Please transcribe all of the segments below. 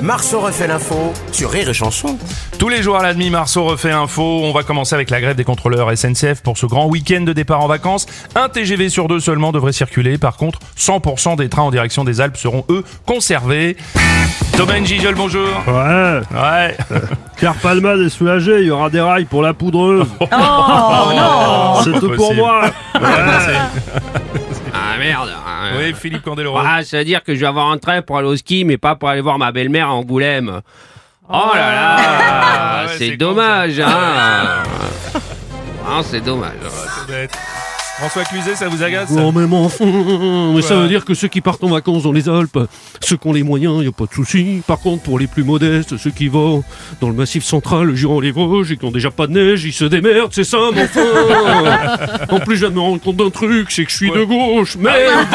Marceau refait l'info sur Rire et Chanson. Tous les jours à la demi, Marceau refait info. On va commencer avec la grève des contrôleurs SNCF pour ce grand week-end de départ en vacances. Un TGV sur deux seulement devrait circuler. Par contre, 100% des trains en direction des Alpes seront, eux, conservés. Domaine Gijol, bonjour. Ouais, Ouais. Pierre Palmade est soulagé, il y aura des rails pour la poudreuse. Oh, C'est tout pour Possible. moi. Ah merde ah, Oui, Philippe Candeloro. Ah, c'est-à-dire que je vais avoir un train pour aller au ski, mais pas pour aller voir ma belle-mère à Angoulême. Oh là là Ah, ouais, c'est C'est dommage, hein Ah, c'est dommage. Bête. François Cluzet, ça vous agace ça Oh mais mon fond, mais ça Quoi veut dire que ceux qui partent en vacances dans les Alpes, ceux qui ont les moyens, il a pas de souci. Par contre, pour les plus modestes, ceux qui vont dans le massif central, le Giron, les Vosges, et qui ont déjà pas de neige, ils se démerdent, c'est ça, mon fond. en plus, je viens de me rendre compte d'un truc, c'est que je suis de gauche, Euh, merde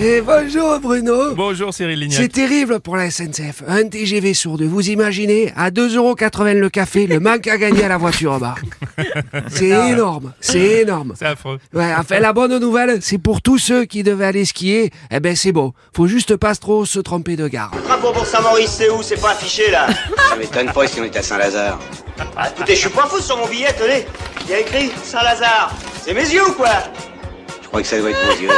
Et Eh, bonjour Bruno Bonjour Cyril Lignac. C'est terrible pour la SNCF. Un TGV sur deux. Vous imaginez, à 2,80€ le café, le manque à gagner à la voiture en bas. C'est Ah énorme, c'est énorme. C'est affreux. Ouais, enfin, la bonne nouvelle, c'est pour tous ceux qui devaient aller skier, eh ben c'est beau. Faut juste pas trop se tromper de gare. Drapeau pour Saint-Maurice, c'est où C'est pas affiché là Ça m'étonne pas si on est à Saint-Lazare. Ah, Écoutez, je suis pas fou sur mon billet, tenez Il y a écrit Saint-Lazare C'est mes yeux ou quoi Je crois que ça doit être vos yeux.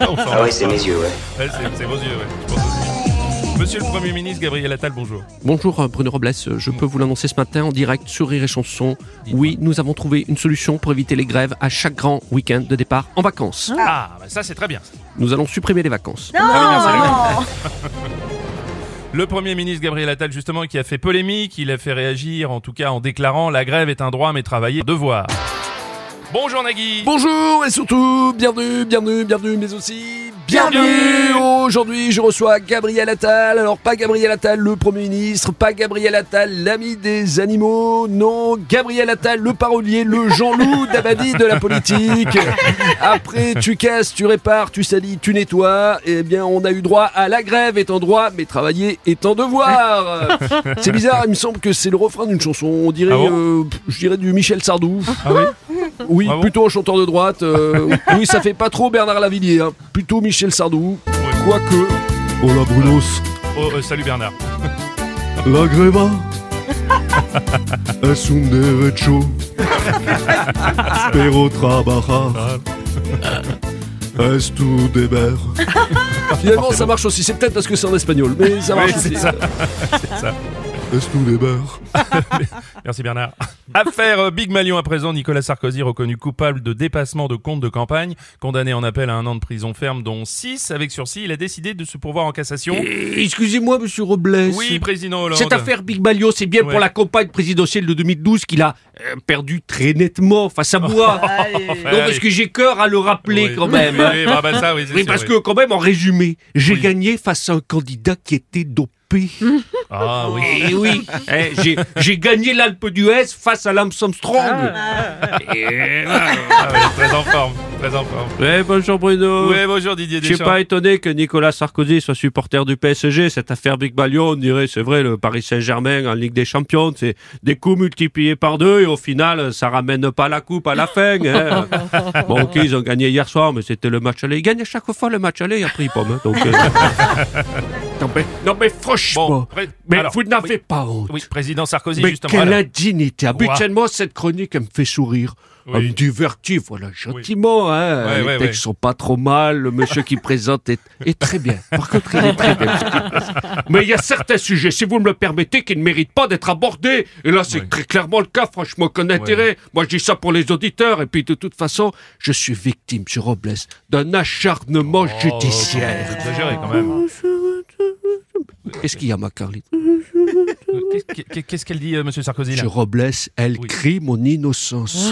Enfin, Ah oui, c'est mes yeux, ouais. ouais, c'est c'est vos yeux, ouais. Je pense aussi. Monsieur le Premier ministre Gabriel Attal, bonjour. Bonjour euh, Bruno Robles, Euh, je peux vous l'annoncer ce matin en direct sur Rire et Chanson. Oui, nous avons trouvé une solution pour éviter les grèves à chaque grand week-end de départ en vacances. Ah, bah ça c'est très bien. Nous allons supprimer les vacances. Le Premier ministre Gabriel Attal, justement, qui a fait polémique, il a fait réagir, en tout cas en déclarant La grève est un droit, mais travailler, un devoir. Bonjour Nagui Bonjour et surtout, bienvenue, bienvenue, bienvenue, mais aussi bienvenue. Bienvenue. Aujourd'hui, je reçois Gabriel Attal. Alors, pas Gabriel Attal, le Premier ministre, pas Gabriel Attal, l'ami des animaux, non, Gabriel Attal, le parolier, le Jean-Loup d'Abadi de la politique. Après, tu casses, tu répares, tu salis, tu nettoies. Eh bien, on a eu droit à la grève étant droit, mais travailler étant devoir. C'est bizarre, il me semble que c'est le refrain d'une chanson. On dirait, Ah bon euh, pff, je dirais du Michel Sardou. Ah oui Oui, Ah bon plutôt un chanteur de droite. euh, oui, ça fait pas trop Bernard Lavillier, hein. plutôt Michel Sardou. Quoique. Oh la Brunos, Oh, euh, salut Bernard. la gréva. Es un derecho. Pero trabajar. Es tu deber. Finalement, ça marche aussi. C'est peut-être parce que c'est en espagnol, mais ça marche Oui, c'est aussi. ça. Es tu deber. Merci Bernard. Affaire euh, Big Malion à présent, Nicolas Sarkozy reconnu coupable de dépassement de compte de campagne, condamné en appel à un an de prison ferme, dont 6 avec sursis. Il a décidé de se pourvoir en cassation. Eh, Excusez-moi, monsieur Robles. Oui, président Hollande. Cette affaire Big Balio, c'est bien Ouais. pour la campagne présidentielle de 2012 qu'il a euh, perdu très nettement face à moi. Enfin, Donc, allez. est-ce que j'ai cœur à le rappeler Oui. quand même Oui, bah, bah, ça, oui, c'est Oui, sûr, parce oui. que quand même, en résumé, j'ai Oui. gagné face à un candidat qui était dopé. Ah oui. Et oui, eh, j'ai- j'ai gagné l'Alpe d'Huez face à Lance Armstrong. Eh, Ah oui, très en forme. Très en forme. ouais, bonjour Bruno. Ouais, bonjour Didier Je suis Deschamps. pas étonné que Nicolas Sarkozy soit supporter du PSG. Cette affaire Big Ballion, on dirait, c'est vrai, le Paris Saint-Germain en Ligue des Champions, c'est des coups multipliés par deux et au final, ça ramène pas la coupe à la fin. hein. bon, ok, ils ont gagné hier soir, mais c'était le match aller. Ils gagnent à chaque fois le match aller après, pomme. hein, donc, euh. non, mais, non, mais franchement, Bon, pré- mais alors, vous n'avez oui. pas honte. Oui, président Sarkozy, Mais justement. quelle alors. indignité Habituellement, cette chronique, elle me fait sourire. Oui. Elle me divertit, voilà, gentiment. Hein. Ouais, Les ouais, textes ouais. sont pas trop mal, le monsieur qui présente est, est très bien. Par contre, il est très bien. Mais il y a certains sujets, si vous me le permettez, qui ne méritent pas d'être abordés. Et là, c'est Oui. très clairement le cas, franchement, aucun intérêt. Moi, je dis ça pour les auditeurs. Et puis, de toute façon, je suis victime, sur Robles, d'un acharnement Oh, judiciaire. vous exagérez, quand même. Qu'est-ce qu'il y a, ma Carlite Qu'est-ce qu'est- Qu'est-ce qu'elle dit, euh, monsieur Sarkozy là Sur Robles, elle Oui. crie mon innocence.